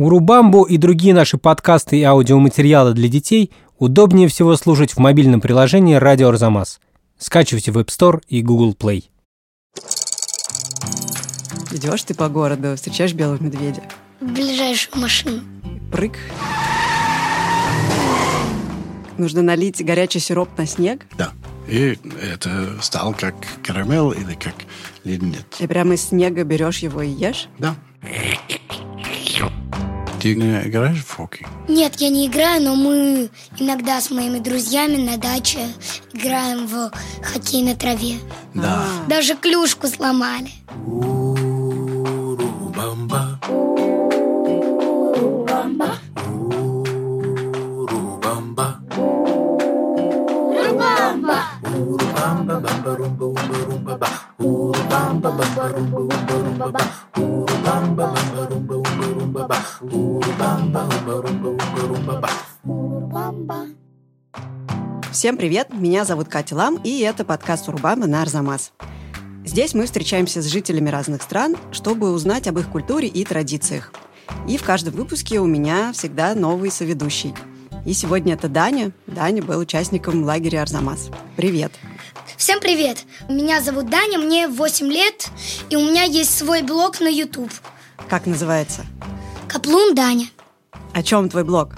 Урубамбу и другие наши подкасты и аудиоматериалы для детей удобнее всего слушать в мобильном приложении «Радио Арзамас». Скачивайте в App Store и Google Play. Идешь ты по городу, встречаешь белого медведя. ближайшую машину. Прыг. Нужно налить горячий сироп на снег Да. И это стал как карамель или как леденец. и прямо из снега берешь его и ешь. Да. Ты не играешь в хоккей? Нет, я не играю, но мы иногда с моими друзьями на даче играем в хоккей на траве. Да. Даже клюшку сломали. Всем привет, меня зовут Катя Лам, и это подкаст Урбама на Арзамас. Здесь мы встречаемся с жителями разных стран, чтобы узнать об их культуре и традициях. И в каждом выпуске у меня всегда новый соведущий. И сегодня это Даня. Даня был участником лагеря Арзамас. Привет. Всем привет! Меня зовут Даня, мне 8 лет, и у меня есть свой блог на YouTube. Как называется? Каплун Даня. О чем твой блог?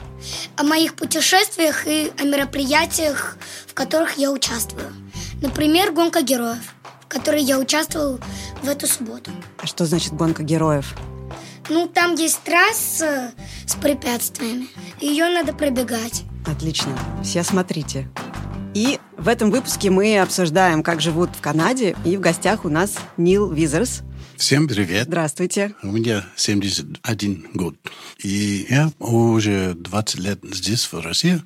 О моих путешествиях и о мероприятиях, в которых я участвую. Например, гонка героев, в которой я участвовал в эту субботу. А что значит гонка героев? Ну, там есть трасса с препятствиями. Ее надо пробегать. Отлично. Все смотрите. И в этом выпуске мы обсуждаем, как живут в Канаде. И в гостях у нас Нил Визерс. Всем привет. Здравствуйте. У меня 71 год. И я уже 20 лет здесь, в России.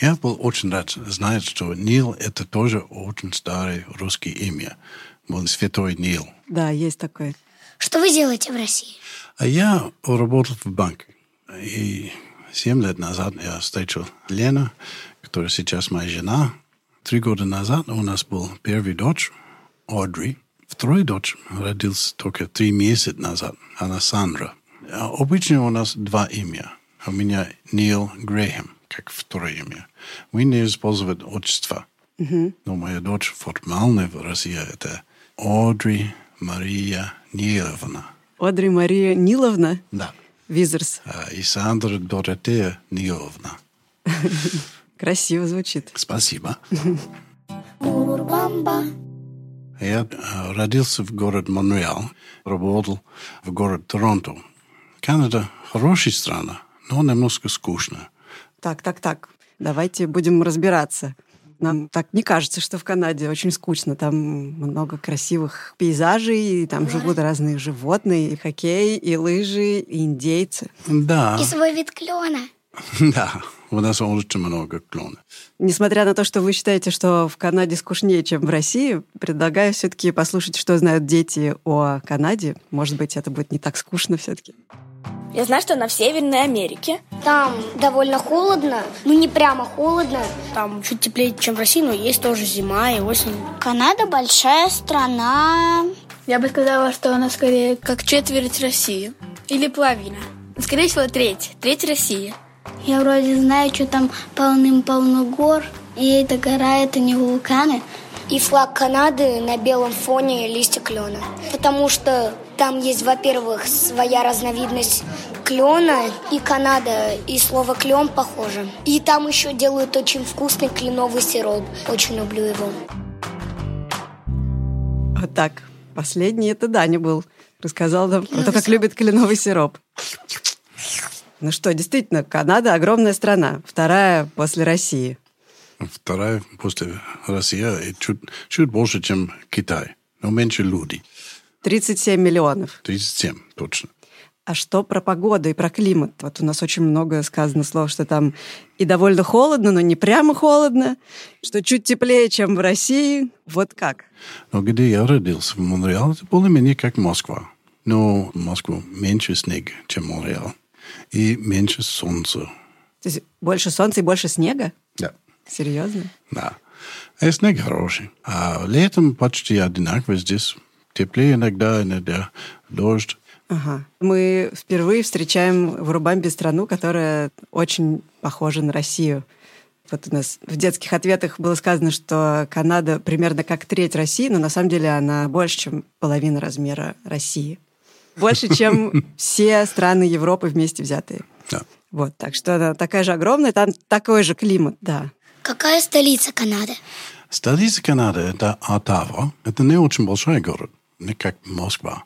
Я был очень рад знать, что Нил – это тоже очень старое русское имя. Он святой Нил. Да, есть такое. Что вы делаете в России? А я работал в банке. И 7 лет назад я встретил Лену, которая сейчас моя жена. Три года назад у нас был первый дочь, Одри. Второй дочь родился только три месяца назад. Она Сандра. А Обычно у нас два имя. У меня Нил Грэхэм, как второе имя. Мы не используем отчество. Но моя дочь формально в России это Одри Мария Ниловна. Одри Мария Ниловна Да. Визерс. А, Э, И Сандра Доротея Ниловна. Красиво звучит. Спасибо. Я э, родился в город Монреал, работал в город Торонто. Канада хорошая страна, но немножко скучно. Так, так, так. Давайте будем разбираться. Нам так не кажется, что в Канаде очень скучно. Там много красивых пейзажей, и там живут разные животные, и хоккей, и лыжи, и индейцы. Да, И свой вид клена. да, у нас очень много клонов. Несмотря на то, что вы считаете, что в Канаде скучнее, чем в России, предлагаю все-таки послушать, что знают дети о Канаде. Может быть, это будет не так скучно все-таки. Я знаю, что она в Северной Америке. Там довольно холодно, ну не прямо холодно. Там чуть теплее, чем в России, но есть тоже зима и осень. Канада большая страна. Я бы сказала, что она скорее как четверть России. Или половина. Скорее всего, треть. Треть России. Я вроде знаю, что там полным-полно гор. И эта гора, это не вулканы. И флаг Канады на белом фоне листья клена. Потому что там есть, во-первых, своя разновидность клена и Канада, и слово клен похоже. И там еще делают очень вкусный кленовый сироп. Очень люблю его. Вот так. Последний это Даня был. Рассказал нам про то, как любит кленовый сироп. Ну что, действительно, Канада огромная страна. Вторая после России. Вторая после России и чуть, чуть больше, чем Китай. Но меньше людей. 37 миллионов. 37 точно. А что про погоду и про климат? Вот у нас очень много сказано слов, что там и довольно холодно, но не прямо холодно, что чуть теплее, чем в России. Вот как? Но где я родился, в Монреале, это более-менее как Москва. Но в Москву меньше снега, чем Монреал. И меньше солнца. То есть больше солнца и больше снега? Да. Серьезно? Да. И снег хороший. А летом почти одинаково здесь. Теплее иногда, иногда дождь. Ага. Мы впервые встречаем в Рубамбе страну, которая очень похожа на Россию. Вот у нас в детских ответах было сказано, что Канада примерно как треть России, но на самом деле она больше, чем половина размера России. Больше, чем все страны Европы вместе взятые. Да. Вот, так что она такая же огромная, там такой же климат, да. Какая столица Канады? Столица Канады – это Оттава. Это не очень большой город, не как Москва.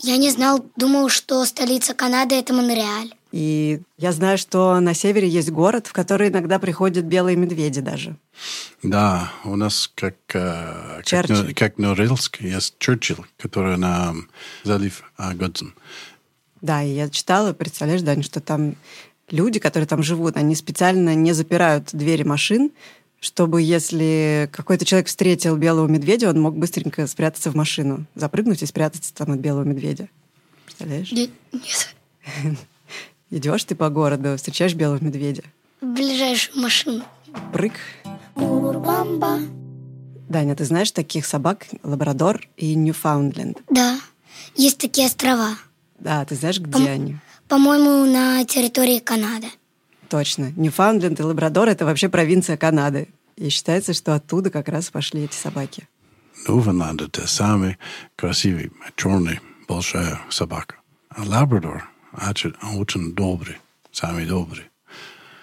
Я не знал, думал, что столица Канады это Монреаль. И я знаю, что на севере есть город, в который иногда приходят белые медведи даже. Да, у нас как, э, как, Черчилль. Нор- как Норильск есть Черчилль, который на м, залив а, Гудзон. Да, и я читала, представляешь, Дань, что там люди, которые там живут, они специально не запирают двери машин, чтобы если какой-то человек встретил белого медведя, он мог быстренько спрятаться в машину, запрыгнуть и спрятаться там от белого медведя. Представляешь? Нет, нет. Идешь ты по городу, встречаешь белого медведя. В ближайшую машину. Прыг. Даня, ты знаешь таких собак? Лабрадор и Ньюфаундленд. Да. Есть такие острова. Да, ты знаешь, где они? По-моему, на территории Канады. Точно. Ньюфаундленд и Лабрадор – это вообще провинция Канады. И считается, что оттуда как раз пошли эти собаки. Ньюфаундленд – это самый красивый, черный, большая собака. А лабрадор – очень- очень добрый, самый добрый.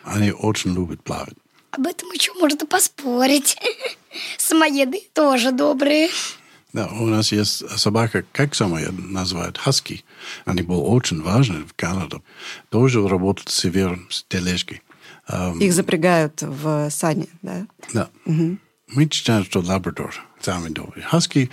Они очень любят плавать. Об этом еще можно поспорить. Самоеды тоже добрые. Да, у нас есть собака, как самая называют, хаски. Они были очень важны в Канаде. Тоже работают с севером, с тележкой. Эм, Их запрягают в сани, да? Да. Мы считаем, что лабрадор самый добрый. Хаски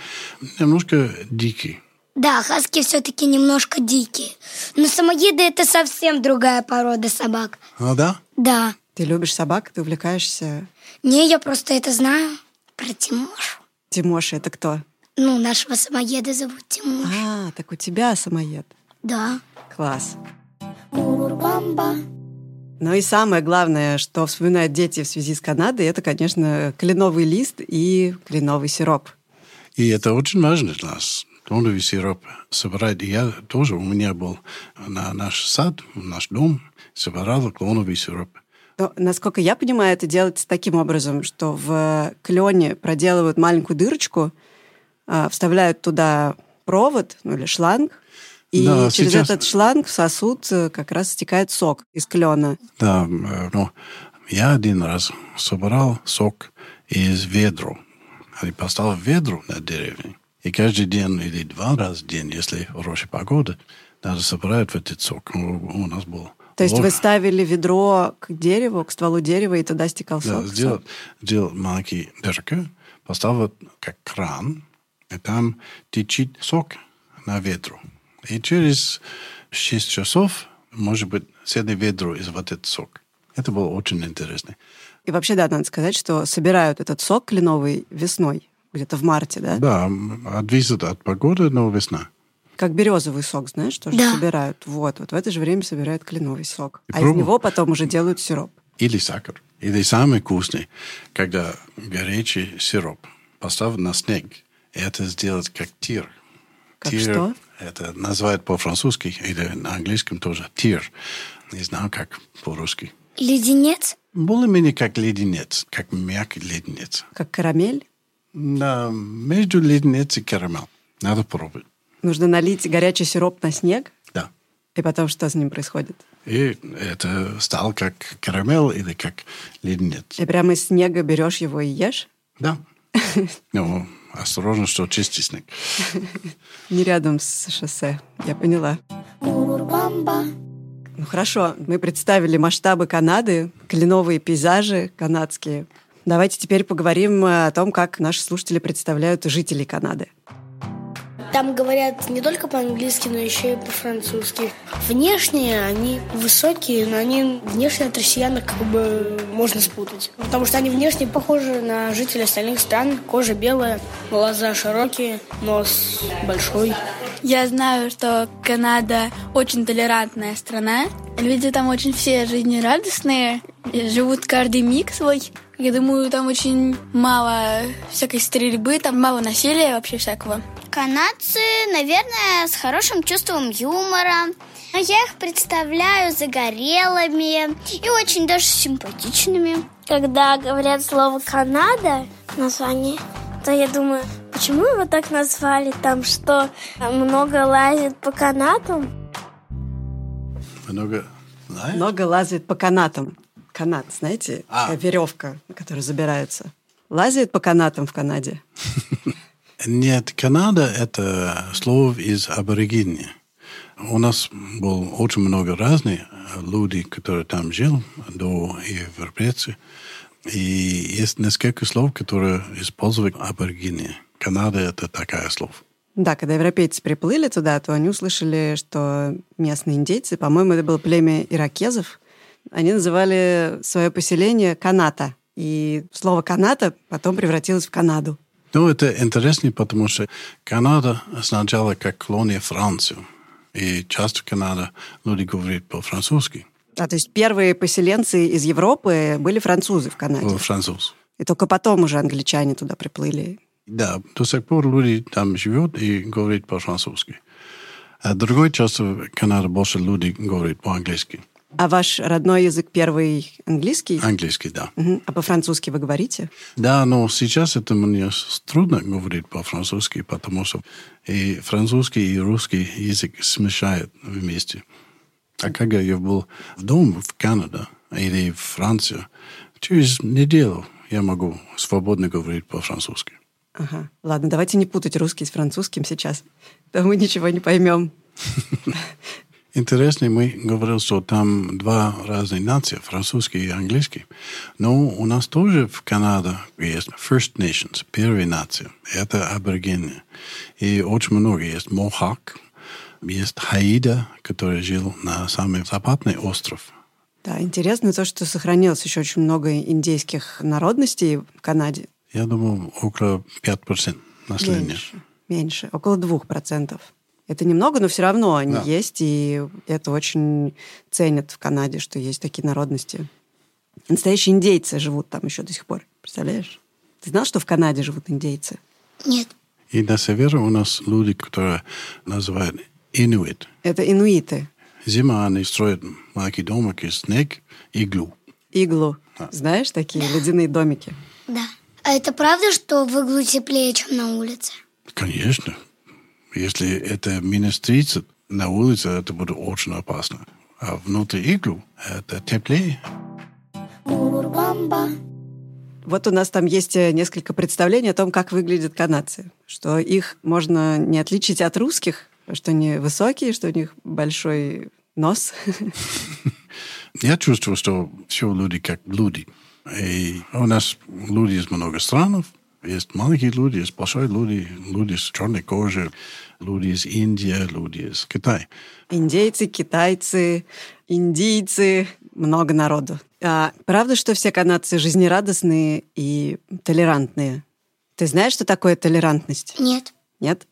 немножко дикий. Да, хаски все-таки немножко дикие. Но самоеды это совсем другая порода собак. А, да? Да. Ты любишь собак, ты увлекаешься. Не, я просто это знаю. Про Тимошу. Тимоша – это кто? Ну, нашего самоеда зовут Тимур. А, так у тебя самоед. Да. Класс. Ну и самое главное, что вспоминают дети в связи с Канадой, это, конечно, кленовый лист и кленовый сироп. И это очень важно для нас. Тоновый сироп собирает. И Я тоже, у меня был на наш сад, в наш дом, собирал клоновый сироп. Но, насколько я понимаю, это делается таким образом, что в клене проделывают маленькую дырочку, а, вставляют туда провод ну, или шланг, и Да, через сейчас- этот шланг в сосуд э, как раз стекает сок из клена. Да, э, но я один раз собрал сок из ведра. И поставил ведро на деревне. И каждый день или два раза в день, если хорошая погода, надо собирать вот этот сок. У, у нас был То есть лор. вы ставили ведро к дереву, к стволу дерева, и туда стекал Да, сок. сделал, сделал маленькие дырки, поставил как кран, и там течет сок на ветру. И через 6 часов, может быть, сели ведро из вот этот сок. Это было очень интересно. И вообще, да, надо сказать, что собирают этот сок кленовый весной, где-то в марте, да? Да, м, зависит от погоды, но весна. Как березовый сок, знаешь, тоже Да. собирают. Вот, вот в это же время собирают кленовый сок. И а пробовал? из него потом уже делают сироп. Или сахар. Или самый вкусный, когда горячий сироп поставил на снег. Это сделать как тир. Как что? Это называют по-французски или на английском тоже тир. Не знаю, как по-русски. Леденец? Более-менее как леденец, как мягкий леденец. Как карамель. Да, между леденец и карамель. Надо пробовать. Нужно налить горячий сироп на снег, Да. и потом что с ним происходит? И это стал как карамель или как леденец. Ты прямо из снега берешь его и ешь? Да. Ну, осторожно, что чистый снег. Не рядом с шоссе. Я поняла. Ну хорошо, мы представили масштабы Канады, кленовые пейзажи канадские. Давайте теперь поговорим э, о том, как наши слушатели представляют жителей Канады. Там говорят не только по-английски, но еще и по-французски. Внешне они высокие, но они внешне от россиян как бы можно спутать. Потому что они внешне похожи на жителей остальных стран. Кожа белая, глаза широкие, нос большой. Я знаю, что Канада очень толерантная страна. Люди там очень все жизнерадостные, и живут каждый миг свой. Я думаю, там очень мало всякой стрельбы, там мало насилия вообще всякого. Канадцы, наверное, с хорошим чувством юмора. А я их представляю загорелыми и очень даже симпатичными. Когда говорят слово «Канада» название, то я думаю, почему его так назвали? Там что, много лазит по канатам? Много, да? Много лазает по канатам. Канат, знаете, А. такая веревка, на которую забираются. Лазает по канатам в Канаде. Нет, Канада – это слово из аборигини. У нас было очень много разных людей, которые там жил, до европейцы. И есть несколько слов, которые используют аборигини. Канада – это такое слово. Да, когда европейцы приплыли туда, то они услышали, что местные индейцы, по-моему, это было племя иракезов, они называли свое поселение Каната. И слово «каната» потом превратилось в Канаду. Ну, это интересно, потому что Канада сначала как колония Франции. И часто в Канаде люди говорят по-французски. А то есть первые поселенцы из Европы были французы в Канаде. По-француз. И только потом уже англичане туда приплыли. Да, до сих пор люди там живут и говорят по-французски. А другой часто в Канаде больше людей говорят по-английски. А ваш родной язык первый английский? Английский, да. Мгм. А по-французски вы говорите? Да, но сейчас это мне с- трудно говорить по-французски, потому что и французский, и русский язык смешают вместе. А когда я был в доме в Канаде или в Франции, через неделю я могу свободно говорить по-французски. Ага. Ладно, давайте не путать русский с французским сейчас. То мы ничего не поймем. Интересно, мы говорили, что там два разных нации, французский и английский. Но у нас тоже в Канаде есть First Nations, первая нация. Это аборигены. И очень много есть Мохак, есть Хаида, который жил на самый западный остров. Да, интересно то, что сохранилось еще очень много индейских народностей в Канаде. Я думаю, около 5% населения. Меньше. Меньше. Около двух процентов. Это немного, но все равно они Да. есть, и это очень ценят в Канаде, что есть такие народности. Настоящие индейцы живут там еще до сих пор. Представляешь? Ты знал, что в Канаде живут индейцы? Нет. И на севере у нас люди, которые называют инуит. Это инуиты. Зима они строят маленькие домики, снег, иглу. Иглу. Знаешь, такие ледяные домики? Да. А это правда, что в иглу теплее, чем на улице? Конечно. Если это минус 30 на улице, это будет очень опасно. А внутри иглу это теплее. Вот у нас там есть э, несколько представлений о том, как выглядят канадцы. Что их можно не отличить от русских, что они высокие, что у них большой нос. Я чувствую, что все люди как люди. И у нас люди из много стран. Есть маленькие люди, есть большие люди, люди с черной кожей, люди из Индии, люди из Китая. Индейцы, китайцы, индийцы, много народу. А правда, что все канадцы жизнерадостные и толерантные? Ты знаешь, что такое толерантность? Нет. Нет?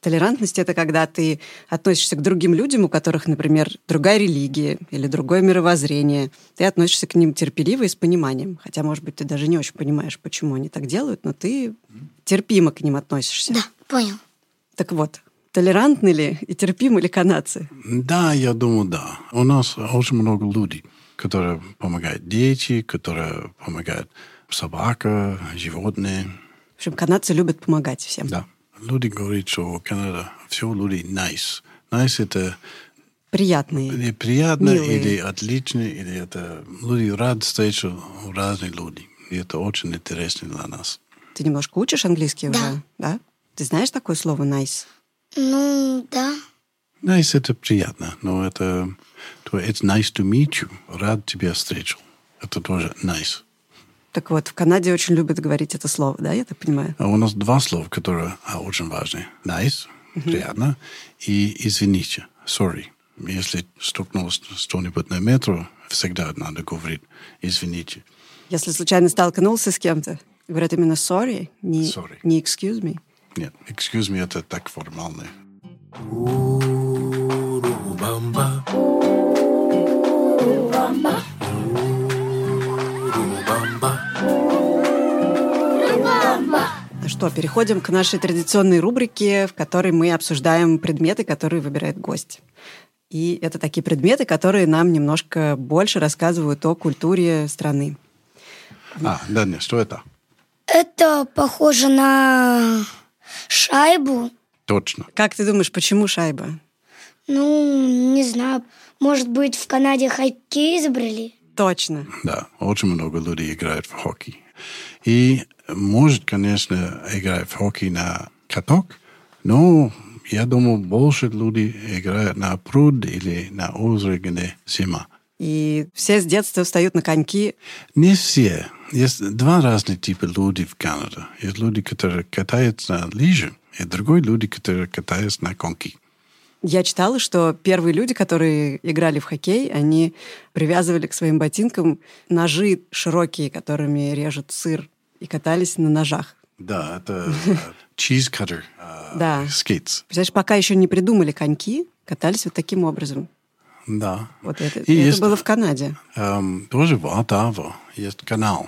Толерантность это когда ты относишься к другим людям, у которых, например, другая религия или другое мировоззрение. Ты относишься к ним терпеливо и с пониманием. Хотя, может быть, ты даже не очень понимаешь, почему они так делают, но ты терпимо к ним относишься. Да, понял. Так вот, толерантны ли и терпимы ли канадцы? Да, я думаю, да. У нас очень много людей, которые помогают дети, которые помогают собака, животные. В общем, канадцы любят помогать всем. Да. Люди говорят, что Канада все люди nice. Nice это Приятные. или приятно, Милые. или отлично, или это люди рады встречу разные люди. И это очень интересно для нас. Ты немножко учишь английский Да. уже, да? Ты знаешь такое слово nice? Ну, да. Nice это приятно, но это то it's nice to meet you. Рад тебя встречу. Это тоже nice. Так вот, в Канаде очень любят говорить это слово, да, я так понимаю? А у нас два слова, которые а, очень важны. Nice, приятно, и извините, sorry. Если стукнулось что-нибудь на метро, всегда надо говорить извините. Если случайно столкнулся с кем-то, говорят именно sorry, не, Sorry. не excuse me. Нет, Ja, excuse me, это так формально. А что, переходим к нашей традиционной рубрике, в которой мы обсуждаем предметы, которые выбирает гость. И это такие предметы, которые нам немножко больше рассказывают о культуре страны. А, Даня, что это? Это похоже на шайбу. Точно. Как ты думаешь, почему шайба? Ну, не знаю. Может быть, в Канаде хоккей изобрели? Точно. Да, очень много людей играют в хоккей. И может, конечно, играть в хоккей на каток, но я думаю, больше людей играют на пруд или на озеро, где зима. И все с детства встают на коньки. Не все. Есть два разных типа людей в Канаде. Есть люди, которые катаются на лыжи, и другой люди, которые катаются на коньки. Я читала, что первые люди, которые играли в хоккей, они привязывали к своим ботинкам ножи широкие, которыми режут сыр, и катались на ножах. Да, это чизкаттер. Да. Скейтс. Представляешь, пока еще не придумали коньки, катались вот таким образом. Да. Вот это, И это есть- было в Канаде. Эм, тоже в Оттава есть канал.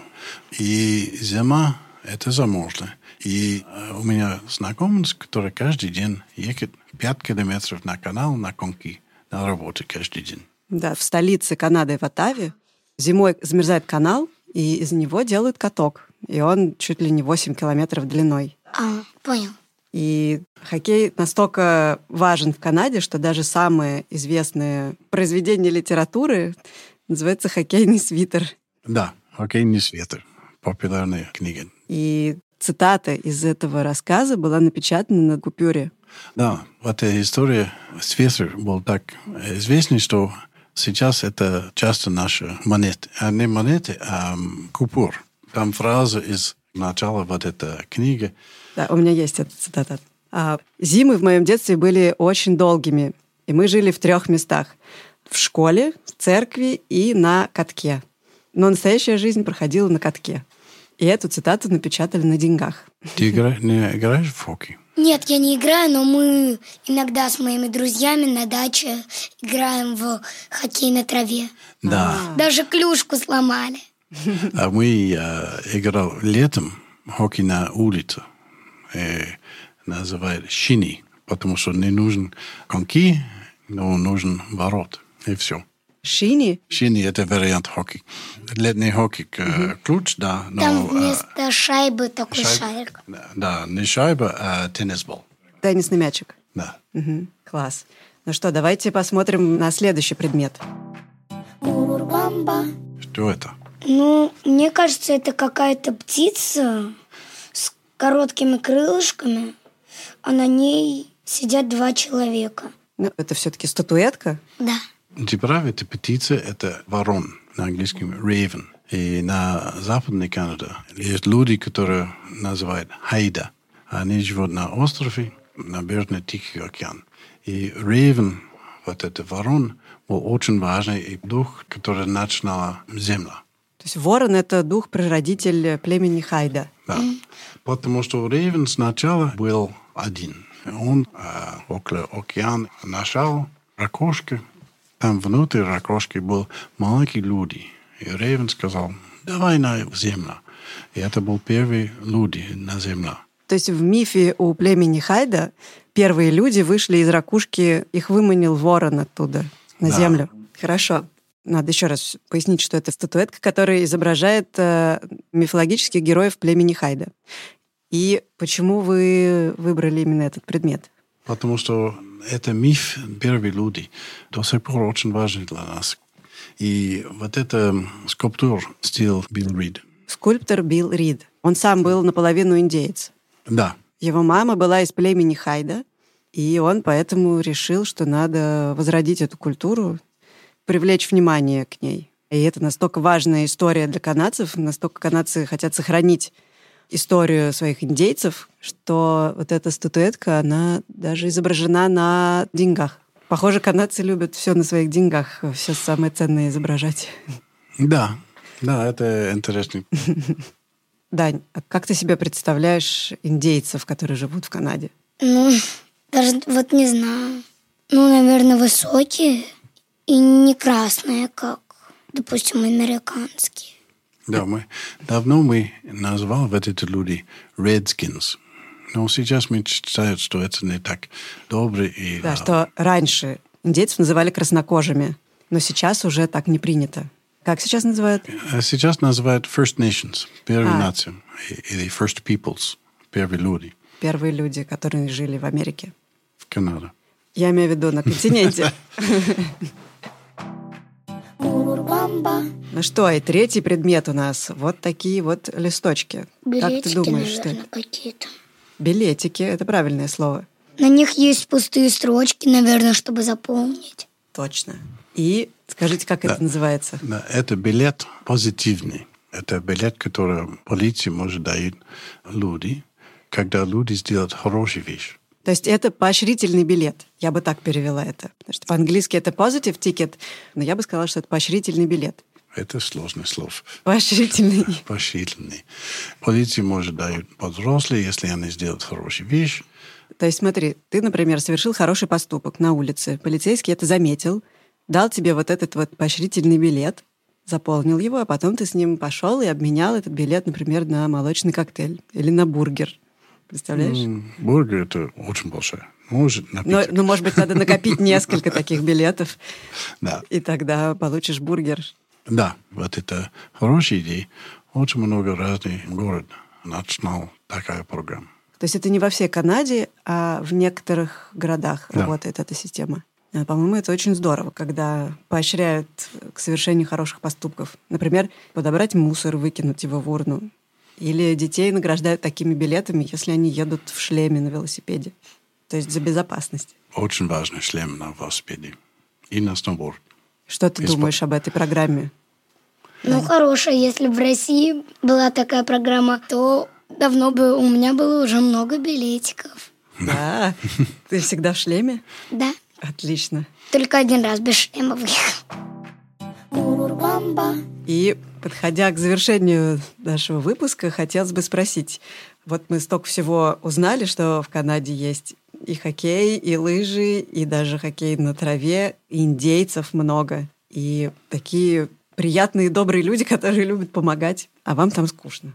И зима – это заморзло. И э, у меня знакомый, который каждый день едет 5 километров на канал на коньки на работу каждый день. Да, в столице Канады, в Оттаве, зимой замерзает канал, и из него делают каток. И он чуть ли не 8 километров длиной. А, понял. И хоккей настолько важен в Канаде, что даже самое известное произведение литературы называется «Хоккейный свитер». Да, «Хоккейный свитер» – популярная книга. И цитата из этого рассказа была напечатана на купюре. Да, вот эта история свитер был так известный, что сейчас это часто наши монеты. А не монеты, а м, купюр. Там фраза из начала вот этой книги – Да, у меня есть эта цитата. А, Зимы в моем детстве были очень долгими, и мы жили в трех местах. В школе, в церкви и на катке. Но настоящая жизнь проходила на катке. И эту цитату напечатали на деньгах. Ты игра- не играешь в хоккей? Нет, я не играю, но мы иногда с моими друзьями на даче играем в хоккей на траве. Да. Даже клюшку сломали. А мы э, играл летом в хоккей на улице. Э, называют шини, потому что не нужен коньки, но нужен ворот. И все. Шини Шини – это вариант хоккей. Летний хоккей э, ключ, да, но... Там э, вместо шайбы такой шайб- шарик. Да, не шайба, а теннисбол. – теннисный мячик. Да. Мгм, класс. Ну что, давайте посмотрим на следующий предмет. Бурбамба. Что это? Ну, мне кажется, это какая-то птица с короткими крылышками, а на ней сидят два человека. Ну, это все-таки статуэтка. Да. Ты прав, это петиция, это ворон, на английском raven. E И на Западной Канаде есть люди, которые называют хайда. Они живут на острове, на бережной Тихий океан. И E raven, e вот это ворон, был очень важный и дух, который начинала земля. То есть ворон – это дух-прародитель племени Хайда. Да. Потому что Рейвен сначала был один. Он э, около океана нашел ракушки. Там внутри ракушки был маленький люди. И Рейвен сказал, давай на землю. И это был первый люди на земле. То есть в мифе у племени Хайда первые люди вышли из ракушки, их выманил ворон оттуда, на Да. землю. Хорошо. Надо еще раз пояснить, что это статуэтка, которая изображает э, мифологических героев племени Хайда. И почему вы выбрали именно этот предмет? Потому что это миф первой люди. До сих пор очень важен для нас. И вот это скульптура стиль Билл Рид. Скульптор Билл Рид. Он сам был наполовину индеец. Да, Его мама была из племени Хайда, и он поэтому решил, что надо возродить эту культуру, привлечь внимание к ней. И это настолько важная история для канадцев, настолько канадцы хотят сохранить историю своих индейцев, что вот эта статуэтка, она даже изображена на деньгах. Похоже, канадцы любят все на своих деньгах, все самое ценное изображать. да, да, это интересный Дань, а как ты себе представляешь индейцев, которые живут в Канаде? Ну, даже вот не знаю. Ну, наверное, высокие и не красные, как, допустим, американские. Да, мы, давно мы назвал вот эти люди Redskins. Но сейчас мы считаем, что это не так добро. И, Да, а, что раньше индейцев называли краснокожими, но сейчас уже так не принято. Как сейчас называют? а сейчас называют First Nations, первые А. нации, и- или First Peoples, первые люди Первые люди, которые жили в Америке. в Канаде. Я имею в виду на континенте. Бурбамба. Ну что, и третий предмет у нас. Вот такие вот листочки. как ты думаешь, что это? какие-то. Билетики, это правильное слово. На них есть пустые строчки, наверное, чтобы заполнить. Точно. И скажите, как это называется? Да, это билет позитивный. Это билет, который полиция может дать люди, когда люди сделают хорошие вещи. То есть это поощрительный билет. Я бы так перевела это. Потому что по-английски это positive ticket, но я бы сказала, что это поощрительный билет. Это сложное слово. Поощрительный. Поощрительный. Полиция может дать взрослые, если они сделают хорошие вещи. То есть смотри, ты, например, совершил хороший поступок на улице. Полицейский это заметил, дал тебе вот этот вот поощрительный билет, заполнил его, а потом ты с ним пошел и обменял этот билет, например, на молочный коктейль или на бургер. Представляешь? М, Бургер – это очень большое. Может, Но, напиток. ну, может быть, надо накопить несколько таких билетов, Да. и тогда получишь бургер. да, вот это хорошая идея. Очень много разных город начинал такая программа. То есть это не во всей Канаде, а в некоторых городах Да. работает эта система. А, По-моему, это очень здорово, когда поощряют к совершению хороших поступков. Например, подобрать мусор, выкинуть его в урну. Или детей награждают такими билетами, если они едут в шлеме на велосипеде. То есть за безопасность. Очень важный шлем на велосипеде и на сноуборде. Что ты Испо- думаешь об этой программе? Ну, хорошая, если в России была такая программа, то давно бы у меня было уже много билетиков. Да, ты всегда в шлеме? Да, Отлично. только один раз без шлема выехал. Бурбамба. И подходя к завершению нашего выпуска, хотелось бы спросить. Вот мы столько всего узнали, что в Канаде есть и хоккей, и лыжи, и даже хоккей на траве, и индейцев много. И такие приятные, добрые люди, которые любят помогать. А вам там скучно.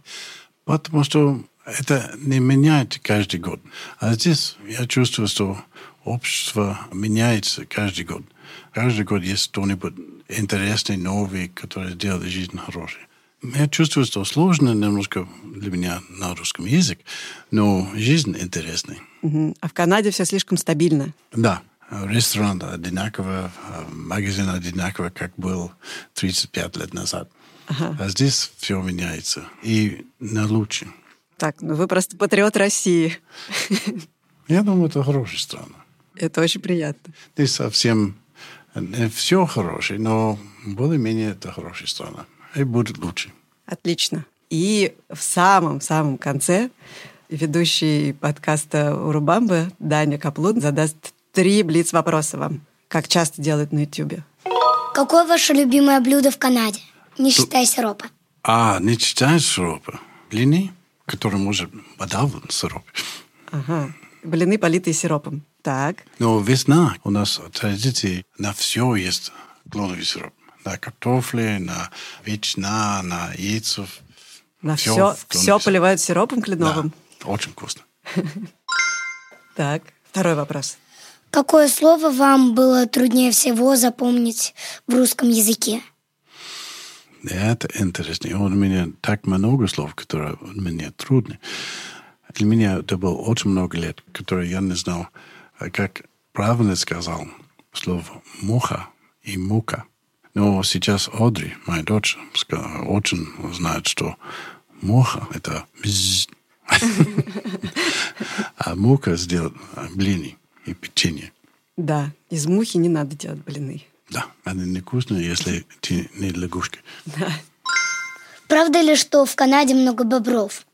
Потому что это не меняет каждый год. А здесь я чувствую, что общество меняется каждый год. Каждый год есть что-нибудь интересное, новое, которое делает жизнь хорошей. Я чувствую, что сложно немножко для меня на русском язык, но жизнь интересная. Мгм. А в Канаде все слишком стабильно. Да, ресторан одинаково, э, магазин одинаково, как был 35 лет назад. А здесь все меняется. И на лучше. Так, ну вы просто патриот России. Я думаю, это хорошая страна. Это очень приятно. Не совсем не все хорошее, но более-менее это хорошая страна. И будет лучше. Отлично. И в самом-самом конце ведущий подкаста Урубамба Даня Каплун задаст три блиц-вопроса вам, как часто делают на Ютьюбе. Какое ваше любимое блюдо в Канаде? Не считай сиропа. А не читаешь сиропы? Блины, которые может подавать сироп. Ага. Блины, политые сиропом. Так. Но весна у нас традиции на все есть клоновый сироп. На картофли, на ветчина, на яйцо. На Всё все, в все клоновом поливают сиропом Да, кленовым. очень вкусно. Так. Второй вопрос. Какое слово вам было труднее всего запомнить в русском языке? Это интересно. И У меня так много слов, которые мне трудны. Для меня это было очень много лет, которые я не знал, а как правильно сказал слово «муха» и «мука». Но сейчас Одри, моя дочь, ска- очень знает, что муха – это «бзз». а мука сделает блины и печенье. Да. Из мухи не надо делать блины. Да, они невкусные, если ты не лягушка. Правда ли, что в Канаде много бобров?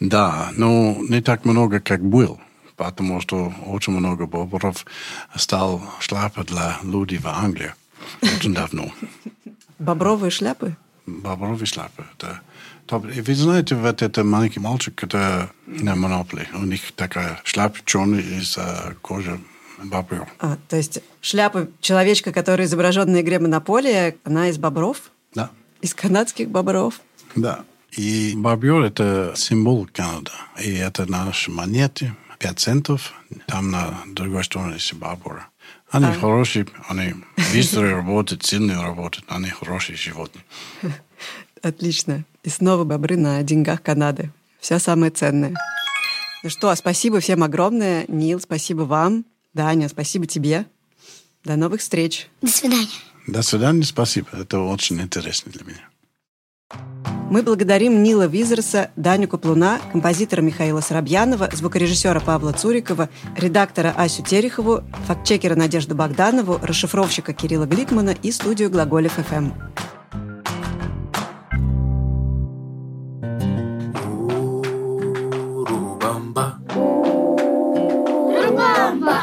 Да, но не так много, как был, потому что очень много бобров стал шляпа для людей в Англии очень давно. Бобровые шляпы? Бобровые шляпы. Это топ. И Вы знаете, вот это маленький мальчик, который на Монополе, у них такая шляпа черная из э, кожи бобров. А, то есть шляпа человечка, который изображен на игре Монополия, она из бобров? Да. Из канадских бобров. Да. И бобер – это символ Канады. И это наши монеты, 5 центов. Там на другой стороне есть бобер. Они хорошие, они быстро работают, сильно работают. Они хорошие животные. Отлично. И снова бобры на деньгах Канады. Все самое ценное. Ну что, спасибо всем огромное. Нил, спасибо вам. Даня, спасибо тебе. До новых встреч. До свидания. До свидания, спасибо. Это очень интересно для меня. Мы благодарим Нила Визерса, Даню Каплуна, композитора Михаила Соробьянова, звукорежиссера Павла Цурикова, редактора Асю Терехову, фактчекера Надежду Богданову, расшифровщика Кирилла Гликмана и студию «Глаголев ФМ».